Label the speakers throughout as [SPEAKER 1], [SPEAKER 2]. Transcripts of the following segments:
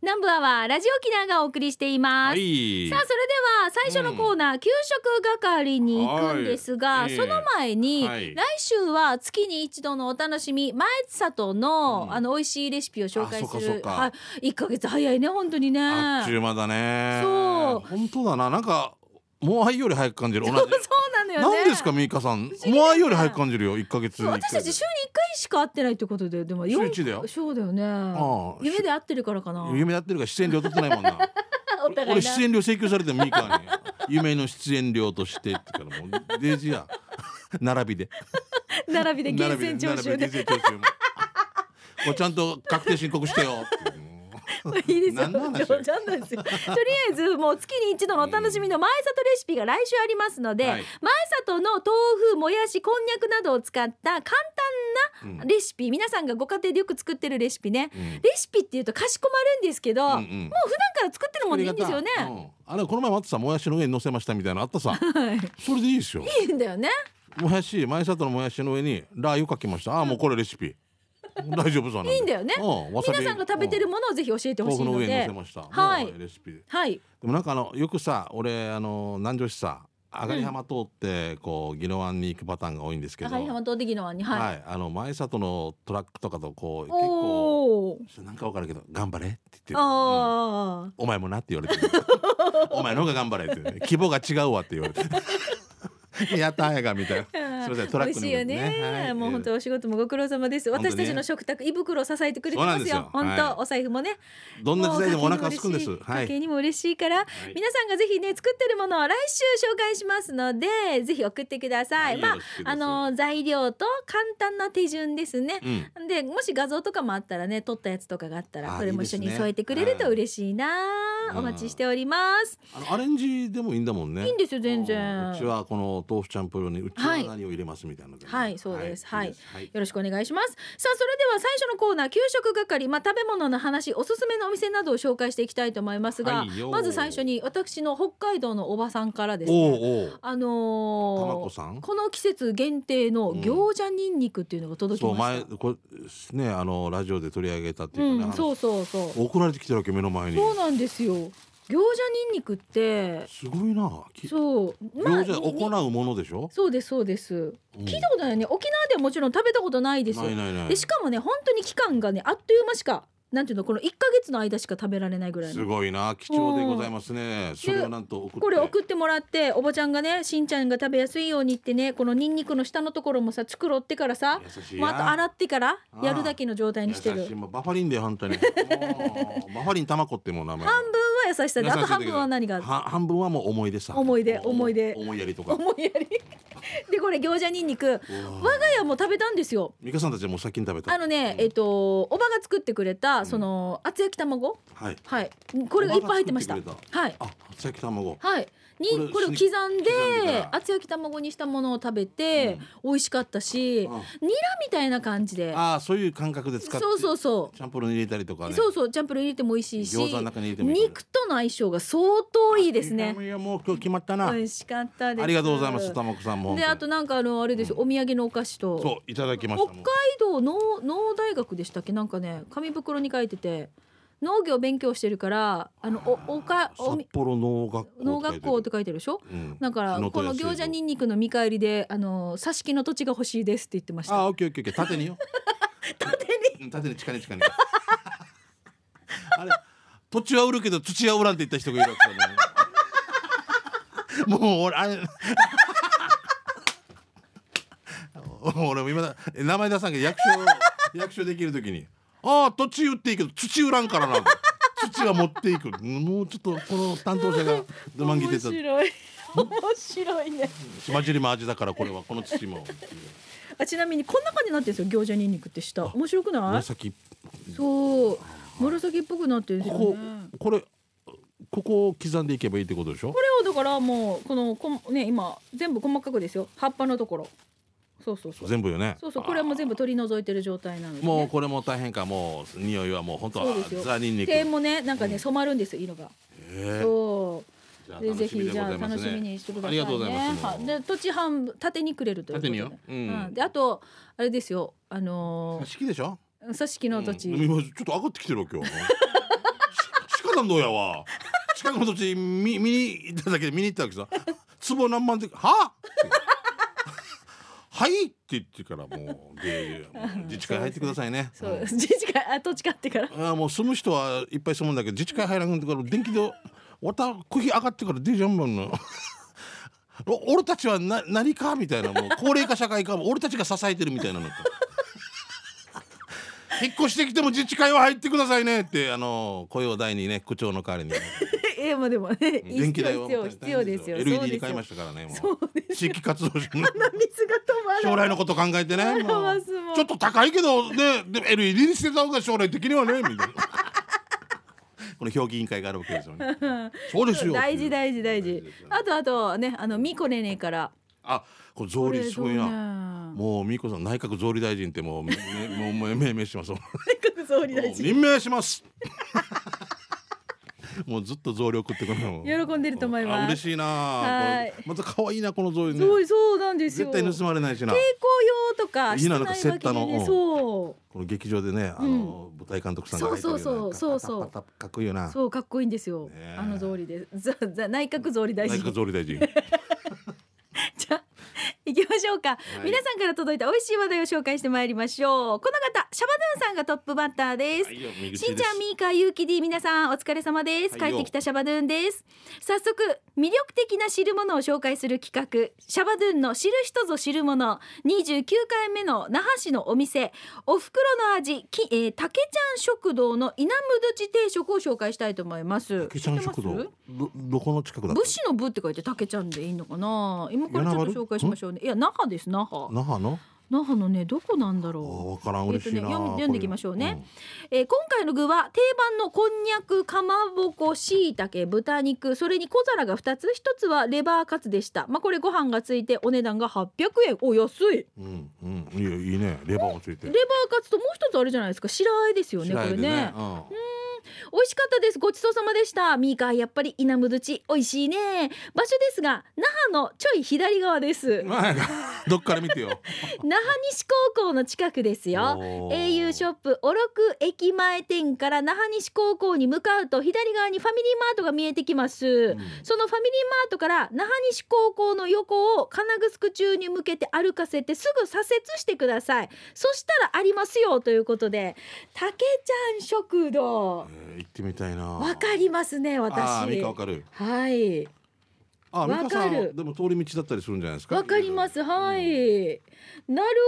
[SPEAKER 1] 南部アワーラジオキナがお送りしています、
[SPEAKER 2] い
[SPEAKER 1] さあそれでは最初のコーナー、給食係に行くんですが、
[SPEAKER 2] はいええ
[SPEAKER 1] その前に、
[SPEAKER 2] はい
[SPEAKER 1] 来週は月に一度のお楽しみ前里の、
[SPEAKER 2] うん
[SPEAKER 1] あの美味しいレシピを紹介
[SPEAKER 2] あそ
[SPEAKER 1] す
[SPEAKER 2] うかそう
[SPEAKER 1] る
[SPEAKER 2] か
[SPEAKER 1] はい一ヶ月早いね本当にね
[SPEAKER 2] あっちゅう間だね
[SPEAKER 1] そう
[SPEAKER 2] 本当だななんかモアイより早く感じる同じ
[SPEAKER 1] そうなのよね
[SPEAKER 2] 何ですかミイカさん
[SPEAKER 1] 不思議だよね
[SPEAKER 2] モアイより早く感じるよ一ヶ月に一回
[SPEAKER 1] 私たち週に一回しか会ってないってことででも四
[SPEAKER 2] 週一だよ
[SPEAKER 1] そうだよね
[SPEAKER 2] ああ
[SPEAKER 1] 夢で会ってるからかな
[SPEAKER 2] 夢やってるから出演料取ってないもんな
[SPEAKER 1] お互いな
[SPEAKER 2] 俺出演料請求されてミイカに夢の出演料としてって言うからもうデージや 並びで
[SPEAKER 1] 並びで源
[SPEAKER 2] 並び
[SPEAKER 1] 泉徴収
[SPEAKER 2] 並
[SPEAKER 1] で
[SPEAKER 2] びで源泉徴収も これちゃんと確定申告してよっていうもう
[SPEAKER 1] いいですよ。
[SPEAKER 2] 何の話
[SPEAKER 1] 冗談ですよ。とりあえずもう月に一度のお楽しみの前里レシピが来週ありますので、
[SPEAKER 2] はい
[SPEAKER 1] 前里の豆腐、もやし、こんにゃくなどを使った簡
[SPEAKER 2] うん
[SPEAKER 1] 単なレシピ、皆さんがご家庭でよく作ってるレシピね。
[SPEAKER 2] うん
[SPEAKER 1] レシピっていうとかしこまるんですけど、
[SPEAKER 2] うんう
[SPEAKER 1] 普段
[SPEAKER 2] ん
[SPEAKER 1] から作ってるもんでいいんですよね。
[SPEAKER 2] うんあれこの前待ってさもやしの上に乗せましたみたいなのあっ たさ
[SPEAKER 1] はい
[SPEAKER 2] それでいいですよ
[SPEAKER 1] いいんだよね。
[SPEAKER 2] もやし前里のもやしの上にラー油かけましたあーもうこれレシピ大丈夫そうなんで
[SPEAKER 1] いいんだよね
[SPEAKER 2] うんわさび
[SPEAKER 1] 皆さんが食べてるものをぜひ教えて
[SPEAKER 2] うん
[SPEAKER 1] ほ
[SPEAKER 2] 豆
[SPEAKER 1] しいの
[SPEAKER 2] 腐の
[SPEAKER 1] で
[SPEAKER 2] 上に乗せ。ました
[SPEAKER 1] はい
[SPEAKER 2] もうレシピで
[SPEAKER 1] はい。
[SPEAKER 2] もなんかあのよくさ俺あの南城市さ上がり浜通ってこう宜野湾に行くパターンが多いんですけど
[SPEAKER 1] 高井浜東的のに、はい。
[SPEAKER 2] はいあの前里のトラックとかとこう結構
[SPEAKER 1] おお。
[SPEAKER 2] なんかわかるけど頑張れって言ってるうん
[SPEAKER 1] ああ。
[SPEAKER 2] お前もなって言われてるお前の方が頑張れって言うね規模が違うわって言われて やった早がみたいなすいませんトラックの
[SPEAKER 1] 美味しいよね
[SPEAKER 2] はい
[SPEAKER 1] もう本当お仕事もご苦労様です
[SPEAKER 2] 本当ね
[SPEAKER 1] 私たちの食卓胃袋を支えてくれて
[SPEAKER 2] そうな
[SPEAKER 1] ま
[SPEAKER 2] ん
[SPEAKER 1] す
[SPEAKER 2] です
[SPEAKER 1] よ
[SPEAKER 2] よ
[SPEAKER 1] 本当、
[SPEAKER 2] はい
[SPEAKER 1] お財布もね
[SPEAKER 2] どんな時代でもお腹はすくんです
[SPEAKER 1] もう
[SPEAKER 2] は
[SPEAKER 1] 家計
[SPEAKER 2] い
[SPEAKER 1] にも嬉しいから、皆さんがぜひね作ってるものを来週紹介しますのでぜひ送ってください、
[SPEAKER 2] はい
[SPEAKER 1] ま
[SPEAKER 2] よ
[SPEAKER 1] あ
[SPEAKER 2] ろしくです
[SPEAKER 1] あの材料と簡単な手順ですね、
[SPEAKER 2] うん
[SPEAKER 1] でもし画像とかもあったらね撮ったやつとかがあったら
[SPEAKER 2] あ
[SPEAKER 1] これも一緒
[SPEAKER 2] いい
[SPEAKER 1] に
[SPEAKER 2] ですね
[SPEAKER 1] 添えてくれると嬉しいな
[SPEAKER 2] うん
[SPEAKER 1] お待ちしております、
[SPEAKER 2] あのアレンジでもいいんだもんね
[SPEAKER 1] いいんですよ全然
[SPEAKER 2] うんうちはこの豆腐チャンプルーにうち
[SPEAKER 1] は
[SPEAKER 2] はい何を入れますみたいなのでね
[SPEAKER 1] はいそうですはい
[SPEAKER 2] ですはい
[SPEAKER 1] よろしくお願いしますさあそれでは最初のコーナー給食係まあ食べ物の話おすすめのお店などを紹介していきたいと思いますが、
[SPEAKER 2] はいよ
[SPEAKER 1] まず最初に私の北海道のおばさんからです
[SPEAKER 2] お
[SPEAKER 1] ね
[SPEAKER 2] うおう
[SPEAKER 1] あ
[SPEAKER 2] たま
[SPEAKER 1] の
[SPEAKER 2] こ
[SPEAKER 1] ー
[SPEAKER 2] さん
[SPEAKER 1] この季節限定の餃子ニンニクっていうのが届き
[SPEAKER 2] そう
[SPEAKER 1] まし
[SPEAKER 2] 前
[SPEAKER 1] た、
[SPEAKER 2] これねあのラジオで取り上げたっていううかね
[SPEAKER 1] ん、
[SPEAKER 2] あの
[SPEAKER 1] そうそうそう
[SPEAKER 2] 送られてきてるわけ目の前に
[SPEAKER 1] そうなんですよ餃子ニンニクって
[SPEAKER 2] すごいなき
[SPEAKER 1] そう
[SPEAKER 2] 餃子
[SPEAKER 1] にに
[SPEAKER 2] 行うものでしょ
[SPEAKER 1] そうですそうです
[SPEAKER 2] うん
[SPEAKER 1] 聞いたことないよね沖縄ではもちろん食べたことないですよ
[SPEAKER 2] ないないない
[SPEAKER 1] でしかもね本当に期間がねあっという間しかなんていうのこの1ヶ月の間しか食べられないぐらい
[SPEAKER 2] す
[SPEAKER 1] の。
[SPEAKER 2] ごいな貴重でございますねそれをなんと送って
[SPEAKER 1] これ送ってもらっておばちゃんがねしんちゃんが食べやすいようにってねこのニンニクの下のところもさ繕ってからさ
[SPEAKER 2] 優しい
[SPEAKER 1] もうあと
[SPEAKER 2] や
[SPEAKER 1] 洗ってからやるだけの状態にして
[SPEAKER 2] 優
[SPEAKER 1] る
[SPEAKER 2] しいもうバファリンだ よ本当にもうバファリンたまこってもう名前
[SPEAKER 1] 半分は優しさであと
[SPEAKER 2] 優しさ
[SPEAKER 1] 半
[SPEAKER 2] で
[SPEAKER 1] 分は何が
[SPEAKER 2] は半分はもう思い出さ
[SPEAKER 1] 思い出思い出
[SPEAKER 2] 思いやりとか
[SPEAKER 1] 思いやりでこれ餃子ニンニク我が家も食べたんですよ
[SPEAKER 2] 美香さんたちはもう先に食べた
[SPEAKER 1] あのね
[SPEAKER 2] うん
[SPEAKER 1] えっとおばが作ってくれた
[SPEAKER 2] ん
[SPEAKER 1] その厚焼き卵
[SPEAKER 2] はい
[SPEAKER 1] はいこれがいっぱい入ってました
[SPEAKER 2] おばが作ってくれ
[SPEAKER 1] はい
[SPEAKER 2] たあさっき卵
[SPEAKER 1] はい、に
[SPEAKER 2] こ
[SPEAKER 1] これ
[SPEAKER 2] れ
[SPEAKER 1] を刻ん
[SPEAKER 2] すり
[SPEAKER 1] で
[SPEAKER 2] 刻んでから
[SPEAKER 1] 厚焼き卵にしたものを食べて、美味しかったしニラ
[SPEAKER 2] あ
[SPEAKER 1] みたいな感じで
[SPEAKER 2] あーそういう感覚で使って
[SPEAKER 1] そうそうそう、
[SPEAKER 2] チャンプルーに入れたりとかね
[SPEAKER 1] そうそうチャンプルー入れても美味しいし
[SPEAKER 2] 餃子の中に入れてもいいから
[SPEAKER 1] 肉との相性が相当いいですね
[SPEAKER 2] いやもう今日決まったな
[SPEAKER 1] 美味しかったです
[SPEAKER 2] ありがとうございますたまこさんも
[SPEAKER 1] であとなんかあのあれですよ、お土産のお菓子と
[SPEAKER 2] そういただきまし
[SPEAKER 1] 北
[SPEAKER 2] た
[SPEAKER 1] 海
[SPEAKER 2] もう
[SPEAKER 1] 道農農大学でしたっけなんかね紙袋に書いてて農業勉強してるからあのおおかおみ
[SPEAKER 2] 札幌農学校
[SPEAKER 1] 農学校って書いてるでしょだからこの餃子にんにくの見返りであの挿し木の土地が欲しいですって言ってまし
[SPEAKER 2] あ
[SPEAKER 1] た。
[SPEAKER 2] あ、オッケーオッケーオッケー、縦によ。
[SPEAKER 1] 縦
[SPEAKER 2] うん縦に近に近に。あれ、土地は売るけど土は売らんって言った人がいるわけだね。 もう俺あれ。 俺も今だえ名前出さんけど役所役所できるときに「ああ土地売っていいけど土売らんからな」土は持っていくもうちょっとこの担当 者がどまんぎてた
[SPEAKER 1] 面白い面白いね。
[SPEAKER 2] 島尻も味だからこれはこの土も
[SPEAKER 1] あちなみにこんな感じになってるんですよ餃子にんにくって下面白くない？
[SPEAKER 2] 紫
[SPEAKER 1] そう紫っぽくなってるんですよ、ね。
[SPEAKER 2] こここれここを刻んでいけばいいってことでしょ
[SPEAKER 1] これをだからもうこのこんね今全部細かくですよ葉っぱのところ。そうそうそう。
[SPEAKER 2] 全部よね
[SPEAKER 1] そうそうこれはもう全部取り除いてる状態なので、ね。
[SPEAKER 2] もうこれも大変かもう匂いはもう本当
[SPEAKER 1] そうですよ
[SPEAKER 2] ザニンニク
[SPEAKER 1] 手もねなんかね染まるんですよ色が。
[SPEAKER 2] え
[SPEAKER 1] そう。
[SPEAKER 2] じゃあ
[SPEAKER 1] でぜ
[SPEAKER 2] 楽しみ
[SPEAKER 1] ひ
[SPEAKER 2] で
[SPEAKER 1] じ
[SPEAKER 2] ご
[SPEAKER 1] ゃあ
[SPEAKER 2] ざいま
[SPEAKER 1] 楽
[SPEAKER 2] す
[SPEAKER 1] しみ
[SPEAKER 2] ね
[SPEAKER 1] にしてくださいね。
[SPEAKER 2] ありがとうございます
[SPEAKER 1] はいで土地半分縦にくれるということで。
[SPEAKER 2] 縦にようん
[SPEAKER 1] であとあれですよあの
[SPEAKER 2] 好きでしょ
[SPEAKER 1] ー、組織の土地、
[SPEAKER 2] うん今ちょっと上がってきてるわ今日ったんどやわ近くの土地見見に行っただけで見に行ったわけさ壺何万で「はって はい」って言ってからもうで自治会入ってくださいね。
[SPEAKER 1] そう 自治会あ土地買ってから
[SPEAKER 2] ああもう住む人はいっぱい住むんだけど自治会入らんから電気でわた食費上がってから出じゃんばんの お俺たちはな何かみたいなもう高齢化社会か俺たちが支えてるみたいなの 引っ越してきても自治会は入ってくださいねってあの声を大にね区長の代わりに
[SPEAKER 1] えまあでもね
[SPEAKER 2] 電気代は
[SPEAKER 1] 必要必要ですよ
[SPEAKER 2] 大変 LED に変えま
[SPEAKER 1] し
[SPEAKER 2] したからねも
[SPEAKER 1] そう
[SPEAKER 2] う地域活動者
[SPEAKER 1] 水
[SPEAKER 2] の
[SPEAKER 1] が止まら
[SPEAKER 2] 将
[SPEAKER 1] ない
[SPEAKER 2] 来のこと考え てねも
[SPEAKER 1] 表
[SPEAKER 2] う
[SPEAKER 1] すもん
[SPEAKER 2] ちょっと高いけどねでも LED にしてた方が将来的に はねみたいなこの評議委員会があるわけです よねそうですよ
[SPEAKER 1] 大事大事大事
[SPEAKER 2] ですよ
[SPEAKER 1] あとあとねあのミコねねから
[SPEAKER 2] あこれ増
[SPEAKER 1] これ
[SPEAKER 2] 利すごいな
[SPEAKER 1] な
[SPEAKER 2] もう美子さん内閣増利大臣ってもうめめもうもう命名しますも
[SPEAKER 1] 総理
[SPEAKER 2] う
[SPEAKER 1] 大臣
[SPEAKER 2] 任命します もうずっと増量送ってくるの
[SPEAKER 1] 喜んでると思います
[SPEAKER 2] あ嬉しいな
[SPEAKER 1] はい
[SPEAKER 2] これまた可愛いなこの増量
[SPEAKER 1] すご
[SPEAKER 2] ね
[SPEAKER 1] いそうなんですよ
[SPEAKER 2] 絶対盗まれないしな
[SPEAKER 1] 抵抗用とか
[SPEAKER 2] いいななんか
[SPEAKER 1] 室内
[SPEAKER 2] セッターの
[SPEAKER 1] 巻きで
[SPEAKER 2] うん
[SPEAKER 1] ねそう
[SPEAKER 2] この劇場でねあの、舞台監督さんが入ったりね
[SPEAKER 1] そうそうそうそうそう
[SPEAKER 2] かかっこいいよな
[SPEAKER 1] そうかっこいいんですよ
[SPEAKER 2] ねえ
[SPEAKER 1] あの通りでざざ内閣総理大
[SPEAKER 2] 内
[SPEAKER 1] 臣
[SPEAKER 2] 閣総理大臣
[SPEAKER 1] じゃあ行きましょうか、
[SPEAKER 2] い
[SPEAKER 1] 皆さんから届いた美味しい話題を紹介してまいりましょうこの方シャバドゥンさんがトップバッターです、
[SPEAKER 2] はいよ右口です
[SPEAKER 1] しんちゃん、みーか、ゆうき D、皆さん、お疲れ様です。
[SPEAKER 2] は
[SPEAKER 1] 帰
[SPEAKER 2] い
[SPEAKER 1] っ
[SPEAKER 2] よ
[SPEAKER 1] てきたシャバドゥンです。早速、魅力的な知るものを紹介する企画、シャバドゥンの知る人ぞ知るもの、29回目の那覇市のお店、おふくろの味、きえー、たけちゃん食堂の稲むどち定食を紹介したいと思います。
[SPEAKER 2] 竹ちゃん
[SPEAKER 1] 知
[SPEAKER 2] 食
[SPEAKER 1] ってま
[SPEAKER 2] 堂
[SPEAKER 1] す
[SPEAKER 2] どどこの近くだっ
[SPEAKER 1] 武
[SPEAKER 2] た
[SPEAKER 1] 士の部って書いてたけちゃんでいいのかな今からちょっと紹介しましょうねいや那覇です那覇
[SPEAKER 2] 那覇の
[SPEAKER 1] 那覇のねどこなんだ
[SPEAKER 2] あ
[SPEAKER 1] ろう
[SPEAKER 2] 分からん
[SPEAKER 1] えっ
[SPEAKER 2] 嬉
[SPEAKER 1] と
[SPEAKER 2] し
[SPEAKER 1] ね
[SPEAKER 2] いな、
[SPEAKER 1] 読ん読んでいきましょうね
[SPEAKER 2] これ、
[SPEAKER 1] えー今回の具は定番のこんにゃくかまぼこしいたけ豚肉それに小皿が2つ1つはレバーカツでしたまあこれご飯がついてお値段が800円お安いレ
[SPEAKER 2] うんうん、うん、いいよいいねレバーもついて
[SPEAKER 1] バーカツともう一つあれじゃないですか白あえですよね
[SPEAKER 2] 白
[SPEAKER 1] こ
[SPEAKER 2] い
[SPEAKER 1] れ
[SPEAKER 2] で
[SPEAKER 1] ね
[SPEAKER 2] うん
[SPEAKER 1] 美味しかったですごちそうさまでしたミーカーやっぱり稲むどち美味しいね場所ですが那覇のちょい左側です
[SPEAKER 2] まあ、どっから見 てよ。
[SPEAKER 1] 那覇西高校の近くですよ
[SPEAKER 2] おー
[SPEAKER 1] au ショップおろく駅前店から那覇西高校に向かうと左側にファミリーマートが見えてきます、
[SPEAKER 2] うん
[SPEAKER 1] そのファミリーマートから那覇西高校の横を金城中に向けて歩かせてすぐ左折してくださいそしたらありますよということでたけちゃん食堂
[SPEAKER 2] えー行ってみたいな。
[SPEAKER 1] わかりますね
[SPEAKER 2] あー、ミ
[SPEAKER 1] 私
[SPEAKER 2] カわかる。
[SPEAKER 1] はい
[SPEAKER 2] あ、ミカさ
[SPEAKER 1] わかる
[SPEAKER 2] ん、でも通り道だったりするんじゃないですか。
[SPEAKER 1] わかりますは
[SPEAKER 2] うん。
[SPEAKER 1] いなる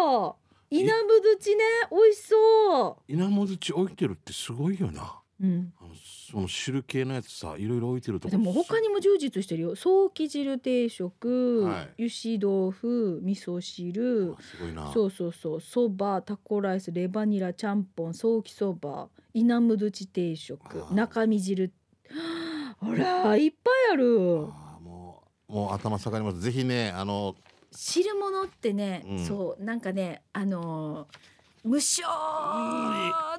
[SPEAKER 1] ほど稲ぶどちね美味しそ
[SPEAKER 2] 稲もずち置いてるってすごいよな。
[SPEAKER 1] ううん
[SPEAKER 2] あのその汁系のやつさ、いろいろ置いてるとこ。
[SPEAKER 1] でも他にも充実してるよソーキ汁定食、
[SPEAKER 2] はい
[SPEAKER 1] 油脂豆腐味噌汁
[SPEAKER 2] あすごいな。
[SPEAKER 1] そうそうそうそばタコライスレバニラちゃんぽんソーキそばイナムドチ定食
[SPEAKER 2] あー
[SPEAKER 1] 中身汁ほらいっぱいある
[SPEAKER 2] あーもうもう頭下がります。ぜひね、あの
[SPEAKER 1] 汁物ってね、
[SPEAKER 2] うん
[SPEAKER 1] そうなんかねあのー無性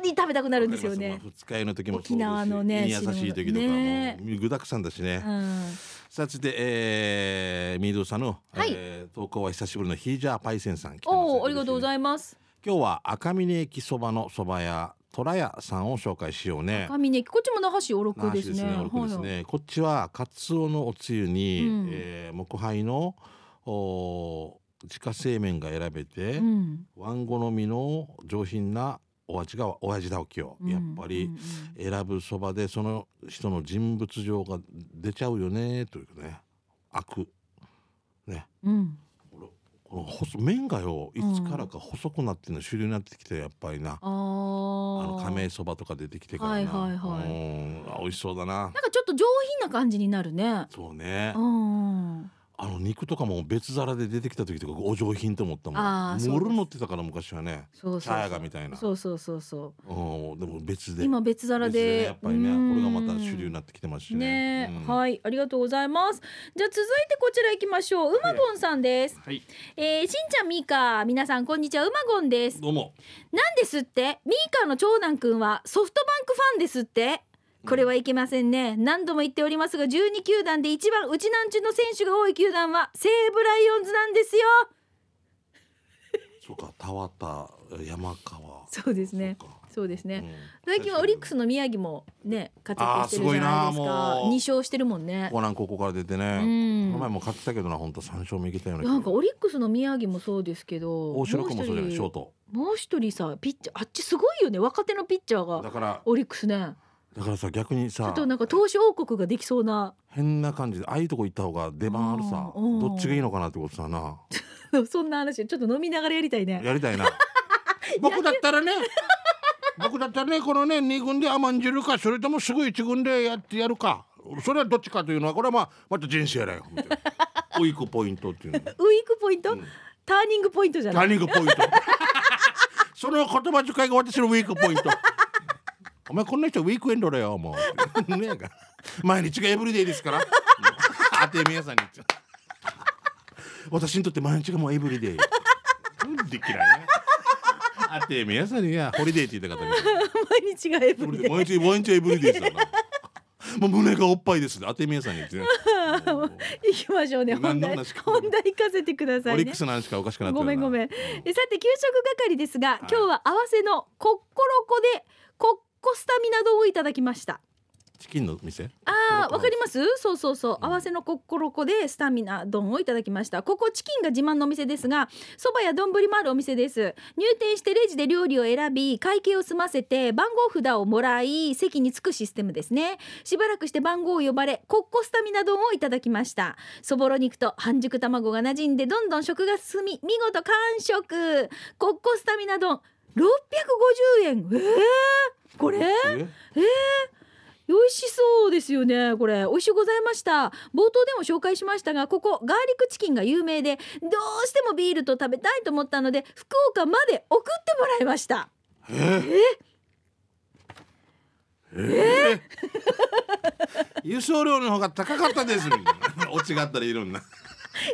[SPEAKER 1] に食べたくなるんですよ
[SPEAKER 2] わ
[SPEAKER 1] ね
[SPEAKER 2] かります。もう二日酔いの時もそうですし
[SPEAKER 1] 沖縄のね
[SPEAKER 2] 胃に優しい
[SPEAKER 1] 汁
[SPEAKER 2] 時と
[SPEAKER 1] も
[SPEAKER 2] か
[SPEAKER 1] ね
[SPEAKER 2] もう具沢山だしね。
[SPEAKER 1] うん
[SPEAKER 2] さあ続いて、えー、ミードさんの、
[SPEAKER 1] はい
[SPEAKER 2] えー投稿は久しぶりのヒージャーパイセンさん来てます
[SPEAKER 1] おおありがとうございます。
[SPEAKER 2] 今日は赤峰駅そばのそば屋虎屋さんを紹介しようね
[SPEAKER 1] 神ねこっちも那覇市おろくですね。
[SPEAKER 2] おろくです
[SPEAKER 1] はい
[SPEAKER 2] ねこっちはカツオのおつゆに、
[SPEAKER 1] うん
[SPEAKER 2] えー木灰のおー自家製麺が選べて、
[SPEAKER 1] うん
[SPEAKER 2] ワン好みの上品なお味がお味だおきを、
[SPEAKER 1] うん
[SPEAKER 2] やっぱり選ぶそばでその人の人物像が出ちゃうよねというね悪ね
[SPEAKER 1] うんうん
[SPEAKER 2] このこの細麺がよいつからか細くなってんの主流になってきてやっぱりな、
[SPEAKER 1] あ
[SPEAKER 2] あの
[SPEAKER 1] の
[SPEAKER 2] 亀そばとか出てきてからな、
[SPEAKER 1] はいはいはい
[SPEAKER 2] うんあ美味しそうだな
[SPEAKER 1] なんかちょっと上品な感じになるね。
[SPEAKER 2] そうね、
[SPEAKER 1] うん。
[SPEAKER 2] あの肉とかも別皿で出てきた時とかお上品と思ったも
[SPEAKER 1] あー
[SPEAKER 2] ん
[SPEAKER 1] そう
[SPEAKER 2] モ
[SPEAKER 1] です
[SPEAKER 2] ル乗ってたから昔はね
[SPEAKER 1] そうそうそう。
[SPEAKER 2] 茶屋がみたいな
[SPEAKER 1] そうそうそうそう。
[SPEAKER 2] うんでも別で
[SPEAKER 1] 今別皿
[SPEAKER 2] 別でね
[SPEAKER 1] で。
[SPEAKER 2] やっぱりねこれがまた主流になってきてますしね
[SPEAKER 1] ねえ
[SPEAKER 2] うん
[SPEAKER 1] はいありがとうございますじゃあ続いてこちら行きましょううまごんさんです、
[SPEAKER 2] はい
[SPEAKER 1] えー、しんちゃんみーか皆さんこんにちはうまごんです
[SPEAKER 2] どうも
[SPEAKER 1] なんですってミーカーの長男くんはソフトバンクファンですってこれはいけませんね何度も言っておりますが12球団で一番うちなんちゅの選手が多い球団は西武ライオンズなんですよ
[SPEAKER 2] そうか田畑山川
[SPEAKER 1] そうですね
[SPEAKER 2] そうか
[SPEAKER 1] そうですね、
[SPEAKER 2] うん
[SPEAKER 1] 最近はオリックスの宮城もね活躍してるじゃないです
[SPEAKER 2] あーすごい
[SPEAKER 1] か
[SPEAKER 2] なもう
[SPEAKER 1] 二勝してるもんね
[SPEAKER 2] コナン高校から出てね、
[SPEAKER 1] うん
[SPEAKER 2] この前も勝ってたけどな本当三勝目いけたよね
[SPEAKER 1] なんかオリックスの宮城もそうですけど
[SPEAKER 2] 大城君もそうじゃないショー
[SPEAKER 1] も
[SPEAKER 2] ト
[SPEAKER 1] う一人さピッチャーあっちすごいよね若手のピッチャー
[SPEAKER 2] だ
[SPEAKER 1] が
[SPEAKER 2] から
[SPEAKER 1] オリックスね
[SPEAKER 2] だからさ逆に
[SPEAKER 1] ちょ
[SPEAKER 2] さ
[SPEAKER 1] っとなんか投手王国ができそうな
[SPEAKER 2] 変な感じでああいうとこ行った方が出番あるさ
[SPEAKER 1] うん
[SPEAKER 2] どっちがいいのかなってことさな
[SPEAKER 1] そんな話ちょっと飲みながらやりたいね
[SPEAKER 2] やりたいな僕だったらね 僕だったらねこのね2軍で甘んじるかそれともすぐ1軍でやってやるかそれはどっちかというのはこれはまあまた人生やらよみたいなウイークポイントっていうの
[SPEAKER 1] ウィークポイント、
[SPEAKER 2] うん
[SPEAKER 1] ターニングポイントじゃな
[SPEAKER 2] タ
[SPEAKER 1] い
[SPEAKER 2] ーニングポイント その言葉遣いが私のウィークポイントお前こんな人ウィークエンドだよもう ねえか毎日がエブリデイですからあて皆さんに言っちゃう私にとって毎日がもうエブリデイうんできないねあて皆さんにいやホリデーって言った方がいい
[SPEAKER 1] 毎日がエブリデイ
[SPEAKER 2] 毎日毎日エブリデイですからもう胸がおっぱいですってあて皆さんに言ってねもう
[SPEAKER 1] 行きましょうね本
[SPEAKER 2] 何の
[SPEAKER 1] 題
[SPEAKER 2] 話か
[SPEAKER 1] 本題行かせてくださ
[SPEAKER 2] オ
[SPEAKER 1] い
[SPEAKER 2] リッ
[SPEAKER 1] ね
[SPEAKER 2] クスの話からおかしくなって
[SPEAKER 1] ご
[SPEAKER 2] るな
[SPEAKER 1] めんごめん。えさて給食係ですが、
[SPEAKER 2] い
[SPEAKER 1] 今日は合わせのコッコロコでコッコスタミナ丼をいただきました。
[SPEAKER 2] チキンの店
[SPEAKER 1] あー
[SPEAKER 2] コッコロコ
[SPEAKER 1] わかりますそうそうそう合わせのコッコロコでスタミナ丼をいただきましたここチキンが自慢のお店ですがそばや丼もあるお店です入店してレジで料理を選び会計を済ませて番号札をもらい席に着くシステムですねしばらくして番号を呼ばれコッコスタミナ丼をいただきましたそぼろ肉と半熟卵が馴染んでどんどん食が進み見事完食コッコスタミナ丼650円えー、これ
[SPEAKER 2] え
[SPEAKER 1] 美味しそうですよねこれ美味しゅうございました冒頭でも紹介しましたがここガーリックチキンが有名でどうしてもビールと食べたいと思ったので福岡まで送ってもらいました
[SPEAKER 2] えーえー輸送料の方が高かった ですみたいなオチがあったらいろんな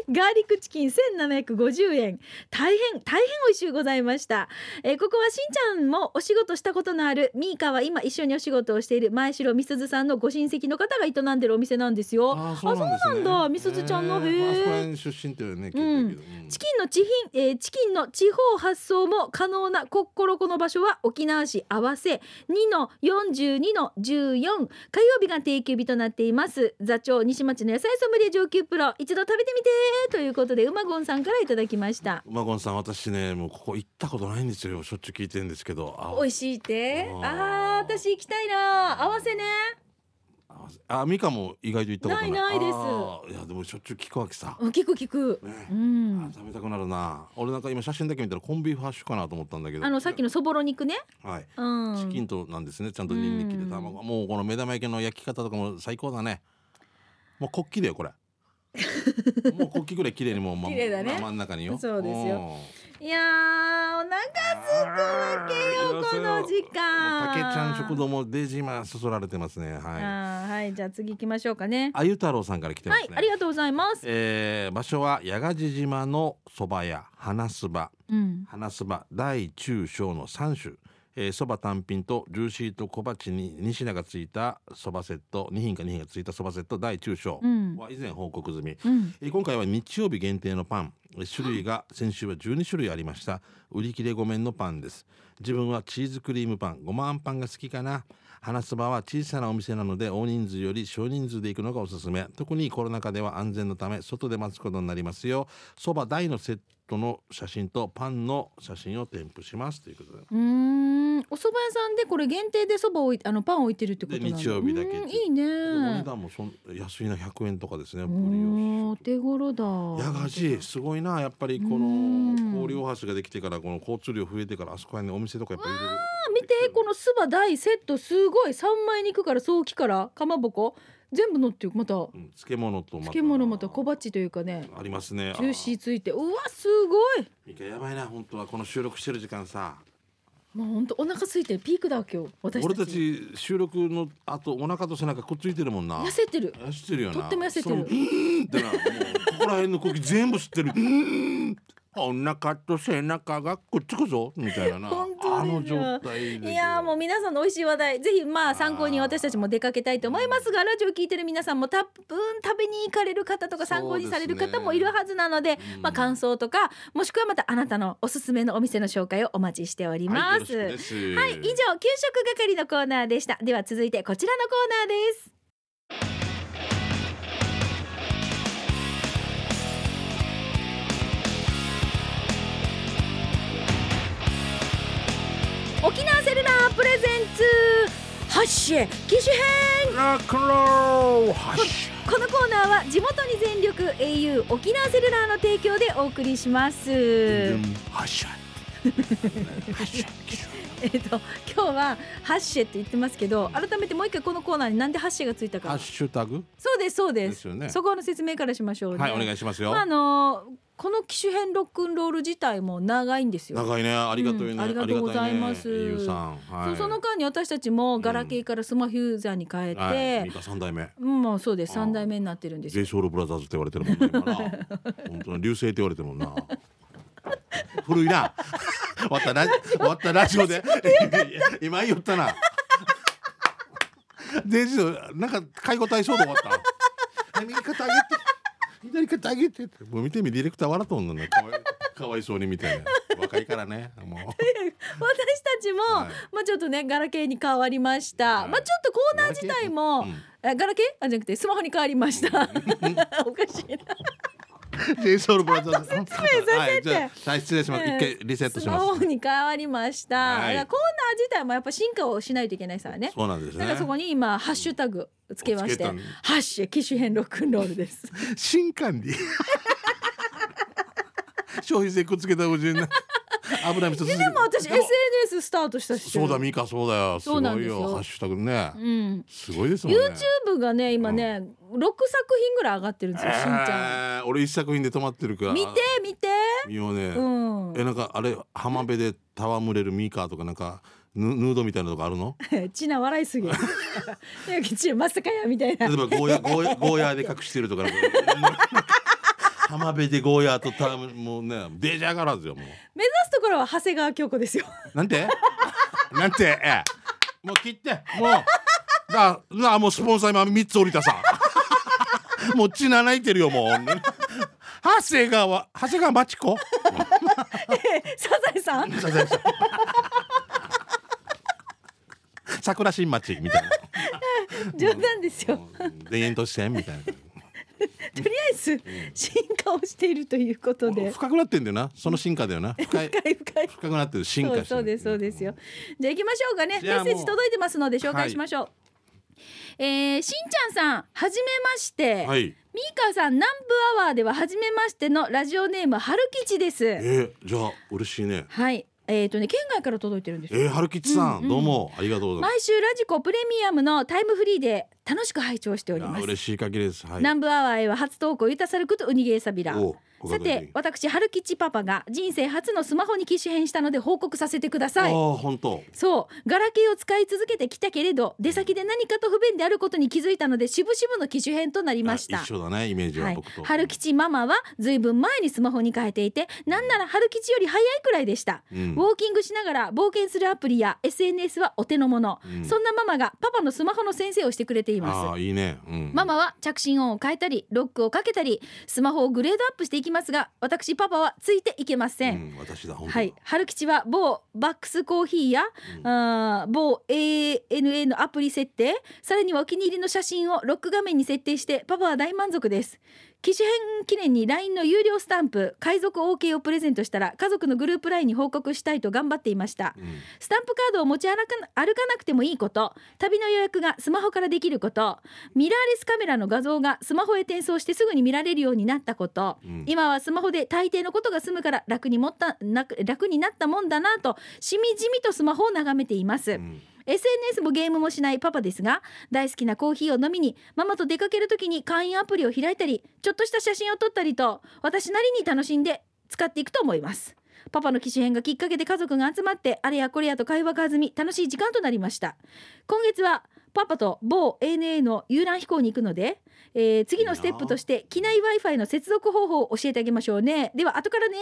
[SPEAKER 1] ガーリックチキン1750円大変大変美味しゅうございました、えーここはしんちゃんもお仕事したことのあるミーカは今一緒にお仕事をしている前城みすずさんのご親戚の方が営んでるお店なんですよ
[SPEAKER 2] あ
[SPEAKER 1] そうなんですねそうなんだみすずちゃんのへー
[SPEAKER 2] あそこら辺出身っていうね聞いたけど、うん
[SPEAKER 1] チキンの地品、えーチキンの地方発送も可能なコッコロコの場所は沖縄市合わせ2の42の14火曜日が定休日となっています座長西町の野菜ソムリエ上級プロ一度食べてみてということで馬ゴンさんからいただきました
[SPEAKER 2] 馬ゴンさん私ねもうここ行ったことないんですよしょっちゅう聞いてるんですけどあ
[SPEAKER 1] 美味しいって
[SPEAKER 2] あー
[SPEAKER 1] あー私行きたいな合わせね
[SPEAKER 2] あミカも意外と行ったことない
[SPEAKER 1] ないないです
[SPEAKER 2] あーいやでもしょっちゅう聞くわけさ、
[SPEAKER 1] うん聞く聞く
[SPEAKER 2] ね
[SPEAKER 1] うん
[SPEAKER 2] あ食べたくなるな俺なんか今写真だけ見たらコンビーフハッシュかなと思ったんだけど
[SPEAKER 1] あのさっきのそぼろ肉ね
[SPEAKER 2] はい
[SPEAKER 1] うん
[SPEAKER 2] チキンとなんですねちゃんとニンニクで卵もうこの目玉焼きの焼き方とかも最高だねもう国旗だよこれもう国旗ぐらい綺麗にもう、ま
[SPEAKER 1] 綺麗だね
[SPEAKER 2] ま真ん中によ
[SPEAKER 1] そうですよ
[SPEAKER 2] ん
[SPEAKER 1] いやーお腹
[SPEAKER 2] あ
[SPEAKER 1] 空く
[SPEAKER 2] ー
[SPEAKER 1] わけよこの時間
[SPEAKER 2] もう竹ちゃん食堂もデイジーマンそそられてますねはい
[SPEAKER 1] あーはいじゃあ次行きましょうかね
[SPEAKER 2] あゆ太郎さんから来てま
[SPEAKER 1] は
[SPEAKER 2] す
[SPEAKER 1] い
[SPEAKER 2] ね、
[SPEAKER 1] ありがとうございます
[SPEAKER 2] えー場所は八ヶ地島のそば屋花すば
[SPEAKER 1] うん
[SPEAKER 2] 花そば大中小の3種えーそば、単品とジューシーと小鉢に2品がついたそばセット2品か2品がついたそばセット大中小
[SPEAKER 1] うん
[SPEAKER 2] は以前報告済み、
[SPEAKER 1] うん
[SPEAKER 2] えー今回は日曜日限定のパンえー種類が先週は12種類ありました売り切れごめんのパンです自分はチーズクリームパンごまあんパンが好きかな花そばは小さなお店なので大人数より少人数で行くのがおすすめ特にコロナ禍では安全のため外で待つことになりますよそば大のセットの写真とパンの写真を添付しますということで
[SPEAKER 1] うーんお蕎麦屋さんでこれ限定で蕎麦置いあのパン置いてるってことなんだ
[SPEAKER 2] で日曜日だけ
[SPEAKER 1] うんいいね
[SPEAKER 2] でもお値段もそん安いな100円とかですね
[SPEAKER 1] おーお手頃だ
[SPEAKER 2] やがじすごいなやっぱりこ
[SPEAKER 1] うん
[SPEAKER 2] の氷大橋ができてからこの交通量増えてからあそこら辺のお店とかやっぱいろいろ
[SPEAKER 1] あ見てこのスバ大セットすごい三枚肉から早期からかまぼこ全部乗ってるまた
[SPEAKER 2] うん漬物とまた
[SPEAKER 1] 漬物また小鉢というかね
[SPEAKER 2] ありますね
[SPEAKER 1] ジューシー
[SPEAKER 2] ー
[SPEAKER 1] ついてうわすごい
[SPEAKER 2] ミカやばいな本当はこの収録してる時間さ
[SPEAKER 1] もう本当お腹空いてるピークだ今日私
[SPEAKER 2] 俺たち収録のあとお腹と背中くっついてるもんな
[SPEAKER 1] 痩せてる
[SPEAKER 2] 痩せてるよな
[SPEAKER 1] とっても痩せてる
[SPEAKER 2] そのうーんってなもうここら辺の呼吸全部吸ってるうーんお腹と背中がくっつくぞみたいなな
[SPEAKER 1] 本当
[SPEAKER 2] あ
[SPEAKER 1] ですよ
[SPEAKER 2] の状態ですよ
[SPEAKER 1] いやーもう皆さんの美味しい話題ぜひまあ参考に私たちも出かけたいと思いますがラジオ聞いてる皆さんも多分食べに行かれる方とか参考にされる方もいるはずなので
[SPEAKER 2] うん
[SPEAKER 1] まあ感想とかもしくはまたあなたのおすすめのお店の紹介をお待ちしており
[SPEAKER 2] はい、
[SPEAKER 1] ま
[SPEAKER 2] よろし
[SPEAKER 1] す。
[SPEAKER 2] く
[SPEAKER 1] はい、
[SPEAKER 2] で
[SPEAKER 1] 以上給
[SPEAKER 2] す
[SPEAKER 1] 食係のコーナーでした。では続いてこちらのコーナーです。沖縄セルラープレゼンツハッシェ機種編
[SPEAKER 2] ラクローハッシ
[SPEAKER 1] このコーナーは地元に全力 au 沖縄セルラーの提供でお送りします
[SPEAKER 2] ュハッシュハッシュ
[SPEAKER 1] えっと今日はハッシェって言ってますけど改めてもう一回このコーナーになんでハッシェがついた
[SPEAKER 2] ハ
[SPEAKER 1] か
[SPEAKER 2] ッシュタグ
[SPEAKER 1] そうですそうで
[SPEAKER 2] ですすよね
[SPEAKER 1] そこの説明からしましょうね
[SPEAKER 2] はいお願
[SPEAKER 1] い
[SPEAKER 2] いしますよ、
[SPEAKER 1] まああのーこの機種編ロックンロール自体も長いんですよ
[SPEAKER 2] 長いねありがとうね、
[SPEAKER 1] うんありがとうございます
[SPEAKER 2] ありがたいねゆうさんは
[SPEAKER 1] そ
[SPEAKER 2] いう
[SPEAKER 1] その間に私たちもガラケーからスマホユーザーに変えて、
[SPEAKER 2] はい、ミカ三代目
[SPEAKER 1] うん、もうそうです
[SPEAKER 2] あー
[SPEAKER 1] 三代目になってるんです
[SPEAKER 2] ジェ
[SPEAKER 1] よ
[SPEAKER 2] イソウルブラザーズって言われてるもんね今な 本当に流星って言われてるもんな古いな 終わっ たラジ終わったラジオで今言ったなデジのなんか介護対象で終わった右肩上げて左肩上げてってもう見てみディレクター笑っとんのねかわい かわいそうにみたいな若いからね もう
[SPEAKER 1] 私たちも、
[SPEAKER 2] はい
[SPEAKER 1] まあちょっとねガラケーに変わりました、
[SPEAKER 2] はい
[SPEAKER 1] まあちょっとコーナー自体も
[SPEAKER 2] うん
[SPEAKER 1] えガラケーあじゃなくてスマホに変わりました、 おかしいな
[SPEAKER 2] ジェイソウルブラザーズ説明
[SPEAKER 1] て
[SPEAKER 2] はいじゃあはい失礼します一回リセットします
[SPEAKER 1] スマホに変わりました、
[SPEAKER 2] はい
[SPEAKER 1] だからコーナー自体もやっぱ進化をしないといけないさね
[SPEAKER 2] そうなんです
[SPEAKER 1] だからそ
[SPEAKER 2] ね
[SPEAKER 1] こに今ハッシュタグつけまして
[SPEAKER 2] つけたの
[SPEAKER 1] 「ハッシュ機種編ロックンロール」です。
[SPEAKER 2] 新管理 消費税くっつけたらおじいな油見つつ
[SPEAKER 1] でも私 SNS スタートしたし
[SPEAKER 2] そうだミカそうだよす
[SPEAKER 1] そ
[SPEAKER 2] ご
[SPEAKER 1] うなん
[SPEAKER 2] い
[SPEAKER 1] です
[SPEAKER 2] よ
[SPEAKER 1] よ
[SPEAKER 2] ハッシュタグね
[SPEAKER 1] うん、
[SPEAKER 2] すごいですもんね
[SPEAKER 1] YouTube がね今ね、6作品ぐらい上がってるんですよしんちゃん。
[SPEAKER 2] えー俺一作品で止まってるから
[SPEAKER 1] 見て見て、
[SPEAKER 2] 見ようね
[SPEAKER 1] うん、
[SPEAKER 2] えなんかあれ浜辺で戯れるミカとかなんかヌヌードみたいなとこあ るの
[SPEAKER 1] ちな笑い すぎる。なんかちまさかやみたいな
[SPEAKER 2] 例え。ばゴーヤゴーヤゴーヤで隠してるとか なんか浜辺でゴーヤとたもうねデジャーガラーズよもう
[SPEAKER 1] 目指すところは長谷川京子 ですよ。
[SPEAKER 2] なんてなんて、ええ、もう切ってもうだなあもうスポンサー今3つ降りたさもう血な泣いてるよもう長谷川長谷川町子
[SPEAKER 1] サザエさん。
[SPEAKER 2] サザエさん桜新町みたいな
[SPEAKER 1] 冗談ですよ。
[SPEAKER 2] もう田園都市線みたいな
[SPEAKER 1] とりあえず進化をしているということで。
[SPEAKER 2] 深くなってんだよなその進化だよな深い
[SPEAKER 1] 深い深い。
[SPEAKER 2] 深くなってる進化
[SPEAKER 1] そう
[SPEAKER 2] して
[SPEAKER 1] そう
[SPEAKER 2] る
[SPEAKER 1] ですそうですよ。じゃあ行きましょうかね。
[SPEAKER 2] じ
[SPEAKER 1] メ
[SPEAKER 2] ゃあ
[SPEAKER 1] ッ
[SPEAKER 2] もう
[SPEAKER 1] セージ届いてますので紹介しましょう。えーしんちゃんさんはじめまして。
[SPEAKER 2] はい
[SPEAKER 1] ミーカーさん南部アワーでははじめましてのラジオネーム春吉です。
[SPEAKER 2] えー、じゃあ嬉しいね
[SPEAKER 1] はい。えっ、とね県外から届いてるんですよ。
[SPEAKER 2] えー、春吉さん、
[SPEAKER 1] うんうん
[SPEAKER 2] どうもありがとうござい
[SPEAKER 1] 毎週ラジコプレミアムのタイムフリーで楽しく拝聴しており
[SPEAKER 2] ます
[SPEAKER 1] ま
[SPEAKER 2] あ
[SPEAKER 1] す。
[SPEAKER 2] 嬉しい限りですはい
[SPEAKER 1] 南部アワーへは初投稿ゆたさるくとウニゲーサビラ
[SPEAKER 2] おう
[SPEAKER 1] さて私春吉パパが人生初のスマホに機種変したので報告させてくだ
[SPEAKER 2] ああ
[SPEAKER 1] さい
[SPEAKER 2] 本当
[SPEAKER 1] そうガラケーを使い続けてきたけれど出先で何かと不便であることに気づいたので渋々の機種変となりました
[SPEAKER 2] あ一緒だねイメージ
[SPEAKER 1] は
[SPEAKER 2] はい僕と、、
[SPEAKER 1] 春吉ママはずいぶん前にスマホに変えていてなんなら春吉より早いくらいでした、
[SPEAKER 2] うん
[SPEAKER 1] ウォーキングしながら冒険するアプリや SNS はお手の物、
[SPEAKER 2] うん
[SPEAKER 1] そんなママがパパのスマホの先生をしてくれています
[SPEAKER 2] ああいいね、うん、
[SPEAKER 1] ママは着信音を変えたりロックをかけたりスマホをグレードアップしていきますが私パパはついていけませ、
[SPEAKER 2] うんん私だ本当
[SPEAKER 1] はい、春吉は某バックスコーヒーや、
[SPEAKER 2] う
[SPEAKER 1] あー某 ANA のアプリ設定さらにはお気に入りの写真をロック画面に設定してパパは大満足です機種変記念に LINE の有料スタンプ海賊 OK をプレゼントしたら家族のグループ LINE に報告したいと頑張っていました
[SPEAKER 2] うん
[SPEAKER 1] スタンプカードを持ち歩か歩かなくてもいいこと旅の予約がスマホからできることミラーレスカメラの画像がスマホへ転送してすぐに見られるようになったこと、
[SPEAKER 2] うん
[SPEAKER 1] 今はスマホで大抵のことが済むから楽にもったなく楽になったもんだなとしみじみとスマホを眺めています、
[SPEAKER 2] うん、
[SPEAKER 1] SNS もゲームもしないパパですが大好きなコーヒーを飲みにママと出かける時に会員アプリを開いたりちょっとした写真を撮ったりと私なりに楽しんで使っていくと思いますパパの機種変がきっかけで家族が集まってあれやこれやと会話が弾み楽しい時間となりました今月はパパと某 ANA の遊覧飛行に行くので、えー次のステップとして機内 Wi-Fi の接続方法を教えてあげましょうねでは後からね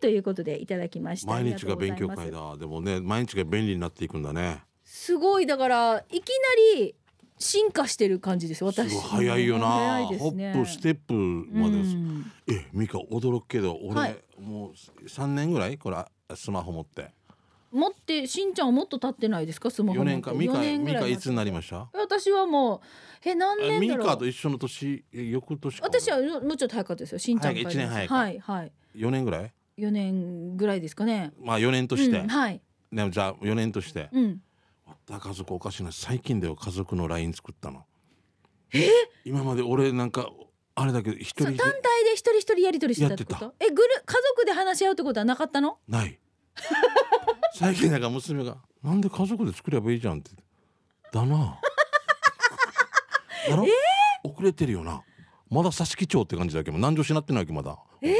[SPEAKER 1] ということでいただきました
[SPEAKER 2] 毎日が勉
[SPEAKER 1] ありと
[SPEAKER 2] 強会
[SPEAKER 1] うございます
[SPEAKER 2] だでもね毎日が便利になっていくんだね
[SPEAKER 1] すごいだからいきなり進化してる感じです
[SPEAKER 2] すごい
[SPEAKER 1] 私
[SPEAKER 2] 早いよな
[SPEAKER 1] 早いです
[SPEAKER 2] ホ
[SPEAKER 1] ね
[SPEAKER 2] ップステップまでです、
[SPEAKER 1] うん
[SPEAKER 2] えミカ驚くけど俺、
[SPEAKER 1] はい
[SPEAKER 2] もう三年ぐらいこれスマホ持って
[SPEAKER 1] 持ってしんちゃんはもっと経ってないですかスマホ
[SPEAKER 2] 四年かミカ
[SPEAKER 1] 四年ぐ
[SPEAKER 2] ミ
[SPEAKER 1] ら
[SPEAKER 2] カ
[SPEAKER 1] い
[SPEAKER 2] いつになりました
[SPEAKER 1] 私はもうえ何
[SPEAKER 2] あ
[SPEAKER 1] 年
[SPEAKER 2] ミ
[SPEAKER 1] だろう
[SPEAKER 2] カと一緒の年え翌年か
[SPEAKER 1] 私はもうちょっと早かったですよしんちゃん
[SPEAKER 2] 早い
[SPEAKER 1] ら
[SPEAKER 2] 一年早いか
[SPEAKER 1] はいはい
[SPEAKER 2] 4年ぐらい
[SPEAKER 1] 4年ぐらいですかね
[SPEAKER 2] まあ4年として、
[SPEAKER 1] うん、はい
[SPEAKER 2] ね、じゃあ4年として、
[SPEAKER 1] うん
[SPEAKER 2] また家族おかしいな最近だよ家族の LINE 作ったのえ今まで俺なんかあれだけど一
[SPEAKER 1] そ
[SPEAKER 2] 人
[SPEAKER 1] う
[SPEAKER 2] で
[SPEAKER 1] 単体で一人一人やり取りしてたってこ
[SPEAKER 2] や
[SPEAKER 1] とえグル家族で話し合うってことはなかったの
[SPEAKER 2] ない最近なんか娘が「なんで家族で作ればいいじゃん」って「だな」だろ、遅れてるよなまだ佐々木町って感じだけど南城市なってないわけまだえ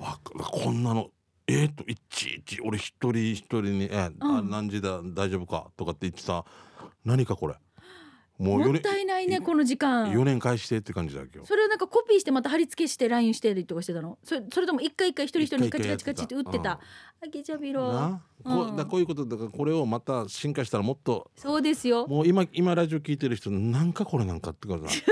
[SPEAKER 2] ばっかこんなのえー、といちいち俺一人一人に「えあ
[SPEAKER 1] うん
[SPEAKER 2] 何時だ大丈夫か?」とかって言ってた何かこれもう
[SPEAKER 1] も
[SPEAKER 2] 4
[SPEAKER 1] ったい
[SPEAKER 2] 年
[SPEAKER 1] ないね
[SPEAKER 2] い
[SPEAKER 1] この時
[SPEAKER 2] 4
[SPEAKER 1] 間
[SPEAKER 2] 年返してって感じだけど
[SPEAKER 1] それをなんかコピーしてまた貼り付けして LINE してるとかしてたのそれそれとも一回一回一人一人にカチカチカチって打ってたあげちゃびろ
[SPEAKER 2] なこ
[SPEAKER 1] うん
[SPEAKER 2] うだこういうことだからこれをまた進化したらもっと
[SPEAKER 1] そうですよ
[SPEAKER 2] もう今今ラジオ聞いてる人なんかこれなんかっ てことだ
[SPEAKER 1] でしん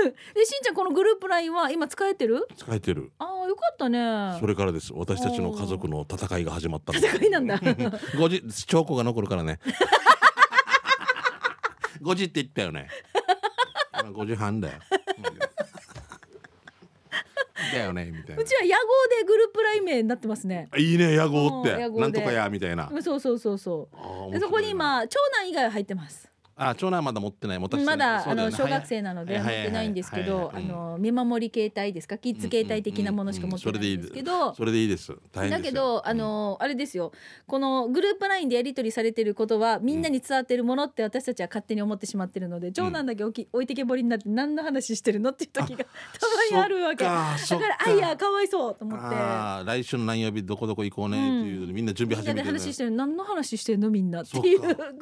[SPEAKER 1] ちゃんこのグループ LINE は今使えてる
[SPEAKER 2] 使えてる
[SPEAKER 1] ああよかったね
[SPEAKER 2] それからです私たちの家族の戦いが始まったの
[SPEAKER 1] 戦いなんだ
[SPEAKER 2] 後日証拠が残るからね 5時って言ったよね今5時半だよだよねみたいうな
[SPEAKER 1] ちは野号でグループ LINE 名になってますね
[SPEAKER 2] いいね野
[SPEAKER 1] う
[SPEAKER 2] 号っ
[SPEAKER 1] ん
[SPEAKER 2] て
[SPEAKER 1] 野号で
[SPEAKER 2] なんとかやみたいな
[SPEAKER 1] うんそうそうそうそう
[SPEAKER 2] あー面白
[SPEAKER 1] で
[SPEAKER 2] いな
[SPEAKER 1] そこに今長男以外は入ってます。
[SPEAKER 2] あ長男はまだ持ってない持たせて
[SPEAKER 1] ま
[SPEAKER 2] ない
[SPEAKER 1] だ
[SPEAKER 2] そ
[SPEAKER 1] あ
[SPEAKER 2] うよ
[SPEAKER 1] の
[SPEAKER 2] ね
[SPEAKER 1] 小学生なので
[SPEAKER 2] は
[SPEAKER 1] 持
[SPEAKER 2] い
[SPEAKER 1] っ
[SPEAKER 2] はいはい
[SPEAKER 1] てないんですけど、
[SPEAKER 2] は
[SPEAKER 1] あ
[SPEAKER 2] いはいうん
[SPEAKER 1] の見守り携帯ですか、キッズ携帯的なものしか持ってないんですけど。
[SPEAKER 2] それでいいです大変
[SPEAKER 1] だ
[SPEAKER 2] です
[SPEAKER 1] け
[SPEAKER 2] よ
[SPEAKER 1] ど、あのあれですよこのグループラインでやり取りされてることはみんなに伝わってるものって私たちは勝手に思ってしまってるので長男だけ置き置いてけぼりになって何の話してるのっていう時がたまにあるわけだか
[SPEAKER 2] そっ
[SPEAKER 1] ら
[SPEAKER 2] か
[SPEAKER 1] あいやかわいそうと思って
[SPEAKER 2] ああ来週の何曜日どこどこ行こうねっていうのでみんな準
[SPEAKER 1] み
[SPEAKER 2] 備
[SPEAKER 1] んなで
[SPEAKER 2] 始めてる、
[SPEAKER 1] 話してるの何の話してるのみんなっていう ご
[SPEAKER 2] そ
[SPEAKER 1] めん
[SPEAKER 2] っか
[SPEAKER 1] ね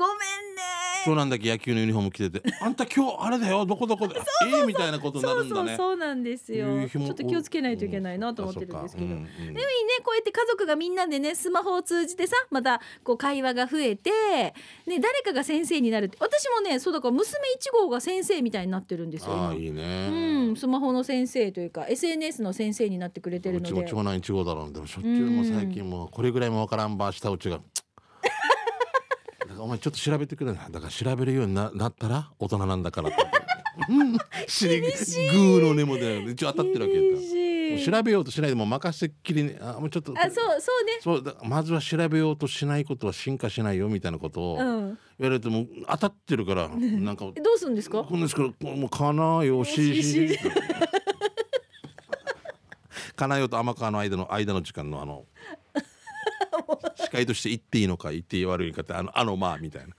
[SPEAKER 2] そうなんだけ野球のユニフォーム着てて「あんた今日あれだよどこど こでええ」みたいなことにな
[SPEAKER 1] そ
[SPEAKER 2] る
[SPEAKER 1] うんそ
[SPEAKER 2] だ
[SPEAKER 1] う
[SPEAKER 2] ね。
[SPEAKER 1] そうなんですよ。
[SPEAKER 2] 夕
[SPEAKER 1] ち
[SPEAKER 2] 日
[SPEAKER 1] ょ
[SPEAKER 2] も
[SPEAKER 1] っと気をつけないといけないなと思ってるんですけど。
[SPEAKER 2] う
[SPEAKER 1] で
[SPEAKER 2] ん
[SPEAKER 1] もいいね
[SPEAKER 2] そっかうんうん
[SPEAKER 1] こうやって家族がみんなでねスマホを通じてさまたこう会話が増えて、ね、誰かが先生になるって私もねそうだから娘1号が先生みたいになってるんですよ
[SPEAKER 2] ああ
[SPEAKER 1] 今
[SPEAKER 2] いいね。
[SPEAKER 1] うん、スマホの先生というか SNS の先生になってくれてる
[SPEAKER 2] う
[SPEAKER 1] の
[SPEAKER 2] ちも
[SPEAKER 1] で
[SPEAKER 2] 長男一号だろうでもしょっちゅうもう最近もうこれぐらいもわからんば下打ちが。だからお前ちょっと調べてくれないだから調べるようにななったら大人なんだ からって。うんしりグーの根も出ない一応当たってるわけだ。もう
[SPEAKER 1] 嬉しい
[SPEAKER 2] 調べようとしないでもう任せっきりにあもうちょっと
[SPEAKER 1] あそうそうね
[SPEAKER 2] そうだまずは調べようとしないことは進化しないよみたいなことを
[SPEAKER 1] う
[SPEAKER 2] 言わ
[SPEAKER 1] ん
[SPEAKER 2] れるともう当たってるから、なんか
[SPEAKER 1] えどうするんですか
[SPEAKER 2] こんですけどこうもうかなよしし しかなよと天川の間の間の時間の あの司会として言っていいのか言っていい悪いかってあのあのまあみたいな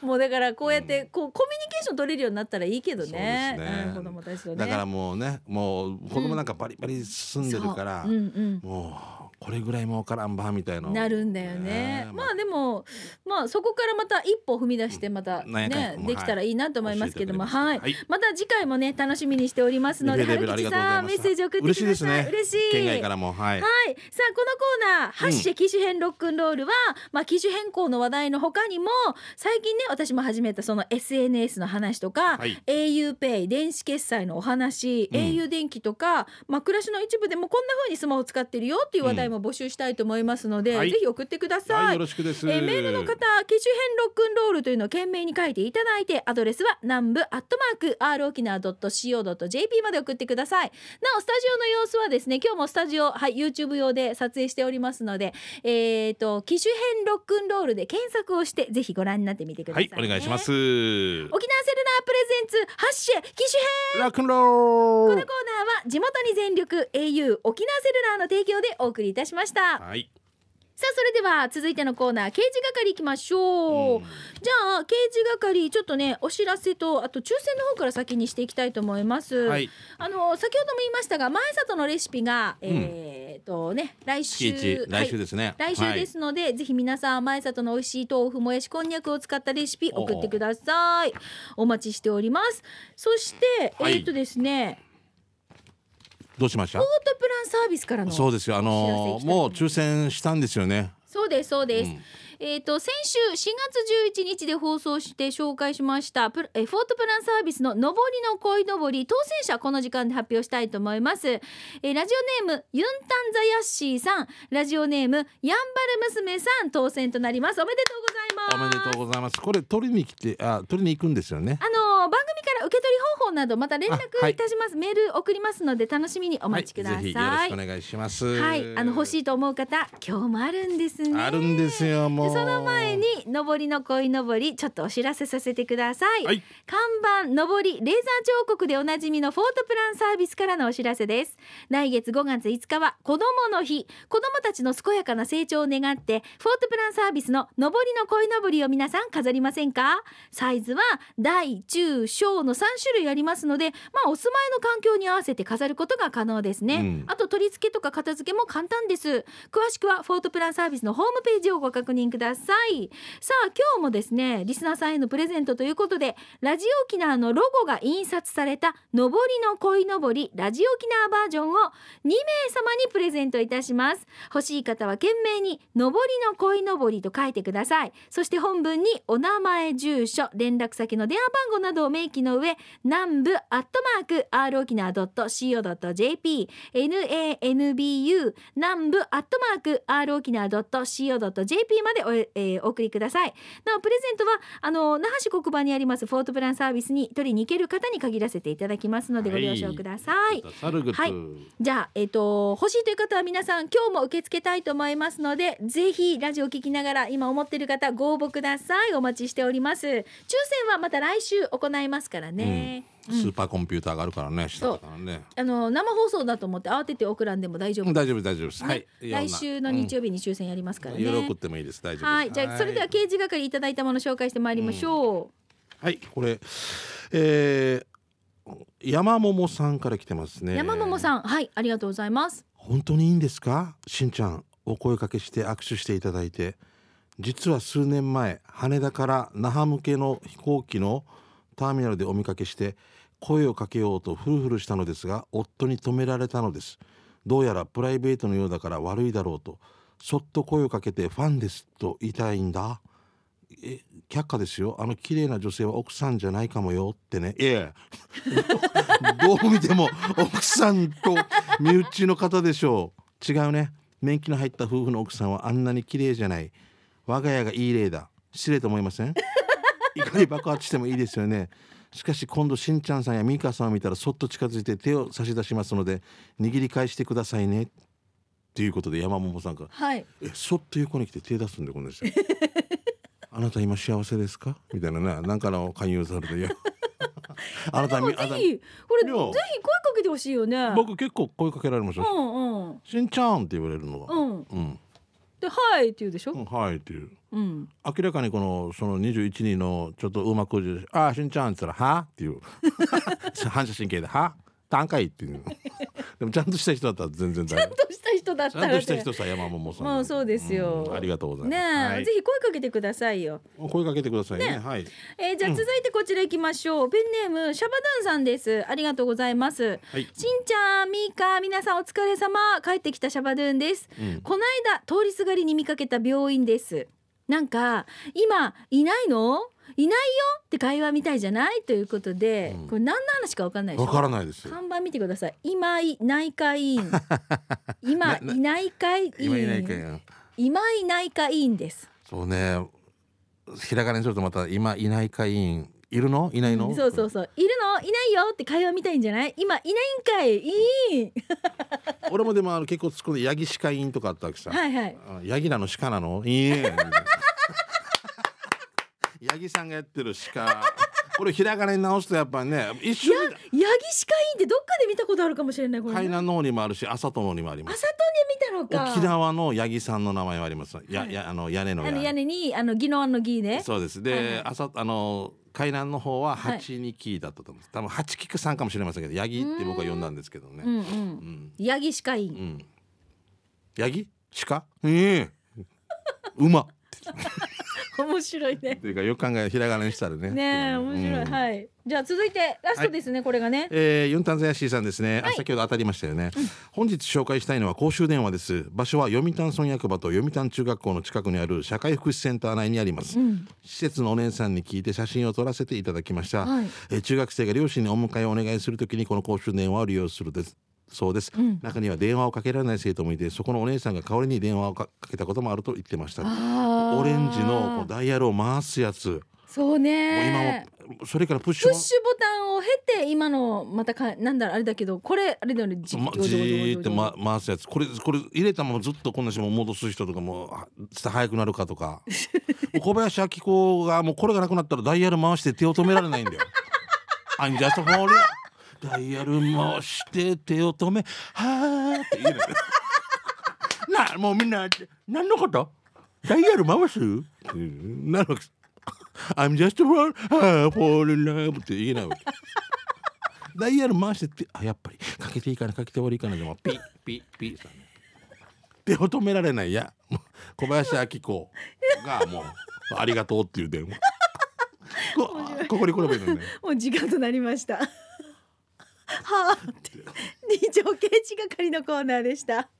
[SPEAKER 1] もうだからこうやってこうコミュニケーション取れるようになったらいいけどね
[SPEAKER 2] そうですね
[SPEAKER 1] うん子供たちとね
[SPEAKER 2] だからもうねもう子供なんかバリバリ進んでるから、
[SPEAKER 1] そううんうん、
[SPEAKER 2] もうこれぐらいもわからんばみたいな
[SPEAKER 1] なるんだよね
[SPEAKER 2] え。
[SPEAKER 1] まあでも、まあそこからまた一歩踏み出してまた
[SPEAKER 2] うんなんやかんや
[SPEAKER 1] ね
[SPEAKER 2] もう
[SPEAKER 1] できたらいいなと思いますけども、
[SPEAKER 2] 教
[SPEAKER 1] は
[SPEAKER 2] えて
[SPEAKER 1] い
[SPEAKER 2] くれましたはい。
[SPEAKER 1] また次回もね楽しみにしておりますので、
[SPEAKER 2] レベルレベル
[SPEAKER 1] 春吉さんメ
[SPEAKER 2] ありがとうございまし
[SPEAKER 1] ッ
[SPEAKER 2] た
[SPEAKER 1] セージ送ってください。
[SPEAKER 2] 嬉しいですね
[SPEAKER 1] 嬉しい
[SPEAKER 2] 県外からもはい、
[SPEAKER 1] はい、さあこのコーナー「ハッシュ機種変ロックンロールは」まあ、機種変更の話題の他にも最近ね私も始めたその SNS の話とか、
[SPEAKER 2] はい
[SPEAKER 1] auPay 電子決済のお話、
[SPEAKER 2] うん
[SPEAKER 1] au 電気とか、まあ、暮らしの一部でもこんな風にスマホ使ってるよっていう話題も募集したいと思いますので、
[SPEAKER 2] はい
[SPEAKER 1] ぜひ送ってください。
[SPEAKER 2] はい、よろしくです。
[SPEAKER 1] えーメールの方機種変ロックンロールというのを懸命に書いていただいてアドレスは南部アットマーク r 沖縄 .co.jp まで送ってくださいなおスタジオの様子はですね今日もスタジオ、はい、YouTube 用で撮影しておりますのでえー、と機種変ロックンロールで検索をしてぜひご覧になってみてくださ、
[SPEAKER 2] はいい、お願いしま
[SPEAKER 1] 沖縄セ
[SPEAKER 2] す。
[SPEAKER 1] ル
[SPEAKER 2] ロ
[SPEAKER 1] ナープレゼンツハッシュ機種変
[SPEAKER 2] ックンロ
[SPEAKER 1] この
[SPEAKER 2] ー
[SPEAKER 1] コーナー
[SPEAKER 2] ル。
[SPEAKER 1] は地元に全力 au 沖縄セルラーの提供でお送りいたしました
[SPEAKER 2] はい、
[SPEAKER 1] さあそれでは続いてのコーナー刑事係いきましょう、
[SPEAKER 2] うん
[SPEAKER 1] じゃあ刑事係ちょっとねお知らせとあと抽選の方から先にしていきたいと思います、
[SPEAKER 2] はい
[SPEAKER 1] あの先ほども言いましたが前里のレシピが、えーっとね来
[SPEAKER 2] 月
[SPEAKER 1] 週
[SPEAKER 2] 一来週
[SPEAKER 1] はい
[SPEAKER 2] ですね、
[SPEAKER 1] 来週ですので、ぜひ皆さん前里の美味しい豆腐もやしこんにゃくを使ったレシピ送ってくださいお待ちしておりますそして、
[SPEAKER 2] は
[SPEAKER 1] え
[SPEAKER 2] い
[SPEAKER 1] ーっとですね
[SPEAKER 2] はい、どうしまし
[SPEAKER 1] ポー
[SPEAKER 2] た
[SPEAKER 1] トプランサービスからの
[SPEAKER 2] そうですよ
[SPEAKER 1] お
[SPEAKER 2] あ
[SPEAKER 1] 知らせいきたいと
[SPEAKER 2] の
[SPEAKER 1] 思います
[SPEAKER 2] もう抽選したんですよね
[SPEAKER 1] そうですそうです、
[SPEAKER 2] うん
[SPEAKER 1] えっ、と先週4月11日で放送して紹介しましたプえーフォートプランサービスの上りの恋のぼり当選者この時間で発表したいと思います、えーラジオネームユンタンザヤッシーさんラジオネームヤンバル娘さん当選となりますおめでとうござ
[SPEAKER 2] お
[SPEAKER 1] います
[SPEAKER 2] めでとうございますこれ取りに来てあ取りに行くんですよね
[SPEAKER 1] あのー番組から受け取り方法などまた連絡
[SPEAKER 2] あはい
[SPEAKER 1] いたします、メール送りますので楽しみにお
[SPEAKER 2] お
[SPEAKER 1] 待ちください、
[SPEAKER 2] は、
[SPEAKER 1] はい
[SPEAKER 2] ぜひよろしく
[SPEAKER 1] い
[SPEAKER 2] お願いします
[SPEAKER 1] あの欲しいと思う方今日もあるんですね
[SPEAKER 2] あるんですよもう
[SPEAKER 1] その前に上りの鯉のぼりちょっとお知らせさせてください、
[SPEAKER 2] はい
[SPEAKER 1] 看板上りレーザー彫刻でおなじみのフォートプランサービスからのお知らせです来月5月5日は子どもの日子どもたちの健やかな成長を願ってフォートプランサービスの上りの鯉のぼりを皆さん飾りませんかサイズは大中小の3種類ありますのでまあお住まいの環境に合わせて飾ることが可能ですね、
[SPEAKER 2] うん
[SPEAKER 1] あと取り付けとか片付けも簡単です詳しくはフォートプランサービスのホームページをご確認くださいさあ今日もですねリスナーさんへのプレゼントということでラジオ沖縄のロゴが印刷された上りの鯉のぼりラジオ沖縄バージョンを2名様にプレゼントいたします欲しい方は懸命に上りの鯉のぼりと書いてくださいそして本文にお名前住所連絡先の電話番号などを明記の上南部アットマーク r 沖縄 .co.jp nanbu 南部アットマーク r 沖縄 .co.jp までお,、えーお送りくださいなおプレゼントはあの那覇市黒板にありますフォートプランサービスに取りに行ける方に限らせていただきますのでご了承ください、
[SPEAKER 2] サルグッズ
[SPEAKER 1] はいじゃあ、えっと欲しいという方は皆さん今日も受け付けたいと思いますのでぜひラジオを聞きながら今思ってる方ご応募くださいお待ちしております抽選はまた来週行いますからね、
[SPEAKER 2] スーパーコンピューターがあるからね下からね
[SPEAKER 1] あの生放送だと思って慌てて送らんでも大丈夫、
[SPEAKER 2] うん大丈夫大丈夫です、はい
[SPEAKER 1] ね来週の日
[SPEAKER 2] 曜
[SPEAKER 1] 曜日に抽選やりますからね、
[SPEAKER 2] 喜ってもいいです大丈夫です
[SPEAKER 1] はいじゃあそれでは刑事係いただいたもの紹介してまいりましょ
[SPEAKER 2] はいこれえー、山桃さんから来てます
[SPEAKER 1] う、
[SPEAKER 2] ね
[SPEAKER 1] 山桃
[SPEAKER 2] ん
[SPEAKER 1] さんはいありがとうございます
[SPEAKER 2] 本当にいいんですかしんちゃんお声かけして握手していただいて実は数年前羽田から那覇向けの飛行機のターミナルでお見かけして声をかけようとフルフルしたのですが夫に止められたのですどうやらプライベートのようだから悪いだろうとそっと声をかけて「ファンです」と言いたいんだえ却下ですよあの綺麗な女性は奥さんじゃないかもよってねいやいや どう見ても奥さんと身内の方でしょう違うね免許の入った夫婦の奥さんはあんなに綺麗じゃない我が家がいい例だ失礼と思いま せん怒り爆発してもいいですよねしかし今度しんちゃんさんやミカさんを見たらそっと近づいて手を差し出しますので握り返してくださいねっていうことで山桃さんから
[SPEAKER 1] はい
[SPEAKER 2] えそっと横に来て手出すんでこんな人 あなた今幸せですかみたいなななんかの勧誘されていや あなた
[SPEAKER 1] でも
[SPEAKER 2] み
[SPEAKER 1] ぜ
[SPEAKER 2] あな
[SPEAKER 1] ひこれ
[SPEAKER 2] い
[SPEAKER 1] ぜひ
[SPEAKER 2] や
[SPEAKER 1] 声かけてほしいよね
[SPEAKER 2] た僕結構声かけられまし
[SPEAKER 1] う
[SPEAKER 2] た、
[SPEAKER 1] んうん
[SPEAKER 2] しんちゃんって言われるのは
[SPEAKER 1] うん
[SPEAKER 2] うん、
[SPEAKER 1] ではいって言うでしょ
[SPEAKER 2] う、ん、はいっていう
[SPEAKER 1] うん、
[SPEAKER 2] 明らかにこのその21人のちょっとうまくじあーしんちゃん」って言ったら「は?」っていう 反射神経で「は?」短回っていう でもちゃんとした人だったら全然大丈夫
[SPEAKER 1] とした人だっ
[SPEAKER 2] ち
[SPEAKER 1] た
[SPEAKER 2] ゃ
[SPEAKER 1] ら
[SPEAKER 2] ん
[SPEAKER 1] ね
[SPEAKER 2] とした人さ山桃さん
[SPEAKER 1] まあそうですよ
[SPEAKER 2] んありがとうござい
[SPEAKER 1] ね
[SPEAKER 2] ます、
[SPEAKER 1] え、
[SPEAKER 2] はい
[SPEAKER 1] ぜひ声かけてくださいよ。
[SPEAKER 2] 声かけてくださいね
[SPEAKER 1] ね
[SPEAKER 2] はい
[SPEAKER 1] えー、じゃあ続いてこちら行きましょう。ペンネームシャバダンさんです。ありがとうございます。
[SPEAKER 2] はい
[SPEAKER 1] しんちゃん、みーか、皆さんお疲れ様。帰ってきたシャバドゥーンです。
[SPEAKER 2] うん
[SPEAKER 1] この間通りすがりに見かけた病院です。なんか今いないの？いないよって会話みたいじゃないということで、
[SPEAKER 2] うん
[SPEAKER 1] これ何の話かわかんないでし
[SPEAKER 2] わ
[SPEAKER 1] ょ。
[SPEAKER 2] からないです
[SPEAKER 1] 看板見てください。今い内科医 院。今
[SPEAKER 2] なない
[SPEAKER 1] ないかい
[SPEAKER 2] 今いない
[SPEAKER 1] 院
[SPEAKER 2] か。よ
[SPEAKER 1] 今い内科医院です。
[SPEAKER 2] そうねひらがなにするとまた今いないか委員いるのいないの、
[SPEAKER 1] そうそうそういるのいないよって会話みたいんじゃない今いないんかいいい
[SPEAKER 2] 俺もでもあの結構突っ込んでヤギ歯科委員とかあったわけさ、
[SPEAKER 1] はいはい
[SPEAKER 2] あヤギなの鹿なのいいえヤギさんがやってる鹿俺ひらがなに直すとやっぱね一瞬
[SPEAKER 1] ヤ
[SPEAKER 2] で
[SPEAKER 1] ギ歯科医院ってどっかで見たことあるかもしれないこれ、
[SPEAKER 2] 海
[SPEAKER 1] ね、
[SPEAKER 2] 南の方にもあるし朝友にもありま
[SPEAKER 1] あ
[SPEAKER 2] す
[SPEAKER 1] 里で見たのか
[SPEAKER 2] 沖縄の八木さんの名前もありますや、やあの屋根の
[SPEAKER 1] あの屋
[SPEAKER 2] 屋
[SPEAKER 1] 根にあのギノアンのギね
[SPEAKER 2] そうですで、
[SPEAKER 1] はいはい
[SPEAKER 2] 朝あの海南の方は
[SPEAKER 1] はい
[SPEAKER 2] 八に木だったと思うんです多分八菊さんかもしれませんけど八木って僕は呼んだんですけどね
[SPEAKER 1] うんう
[SPEAKER 2] うんん
[SPEAKER 1] ヤギ歯科医
[SPEAKER 2] う
[SPEAKER 1] 院
[SPEAKER 2] ん八木鹿ええ馬っ
[SPEAKER 1] 面白いね
[SPEAKER 2] ていうかよく考えたらひらがなにしたらね
[SPEAKER 1] ねえ面白い、
[SPEAKER 2] うん
[SPEAKER 1] はいじゃあ続いてラストですね、これがね
[SPEAKER 2] えー、ユンタンゼヤシーさんですね、
[SPEAKER 1] はい
[SPEAKER 2] あ先ほど当たりましたよね、本日紹介したいのは公衆電話です場所は読谷村役場と読谷中学校の近くにある社会福祉センター内にあります、
[SPEAKER 1] うん
[SPEAKER 2] 施設のお姉さんに聞いて写真を撮らせていただきました、
[SPEAKER 1] はい
[SPEAKER 2] えー中学生が両親にお迎えをお願いするときにこの公衆電話を利用するですそうです、
[SPEAKER 1] うん
[SPEAKER 2] 中には電話をかけられない生徒もいてそこのお姉さんが代わりに電話をかかけたこともあると言ってました
[SPEAKER 1] あー
[SPEAKER 2] オレンジのこうダイヤルを回すやつもう
[SPEAKER 1] そうね
[SPEAKER 2] 今もそれからプッシ
[SPEAKER 1] プ
[SPEAKER 2] ュ
[SPEAKER 1] ッシュボタンを経て今のまたかなんだろうあれだけどこれあれだよねじ
[SPEAKER 2] ま、
[SPEAKER 1] ジョジョ
[SPEAKER 2] じ
[SPEAKER 1] ジョジョジ
[SPEAKER 2] ー
[SPEAKER 1] ョ
[SPEAKER 2] って、ま、回すやつこれこれ入れたままずっとこんな人も戻す人とかもはさ早くなるかと かもう小林明子がもうこれがなくなったらダイヤル回して手を止められないんだよ。I'm just falling ダイヤル回して手を止めはーって言うのよなあもうみんな何のことダイヤル回すってなるわけ I'm just falling fall in love って言えないわけ。ダイヤル回してってあやっぱりかけていいかなかけて終わりいかなでもピッピッピッさね手を止められないいやもう小林明子がもう「ありがとう」っていう電話こここに来ればいいのにね
[SPEAKER 1] もう時間となりましたはあって二条刑事係のコーナーでした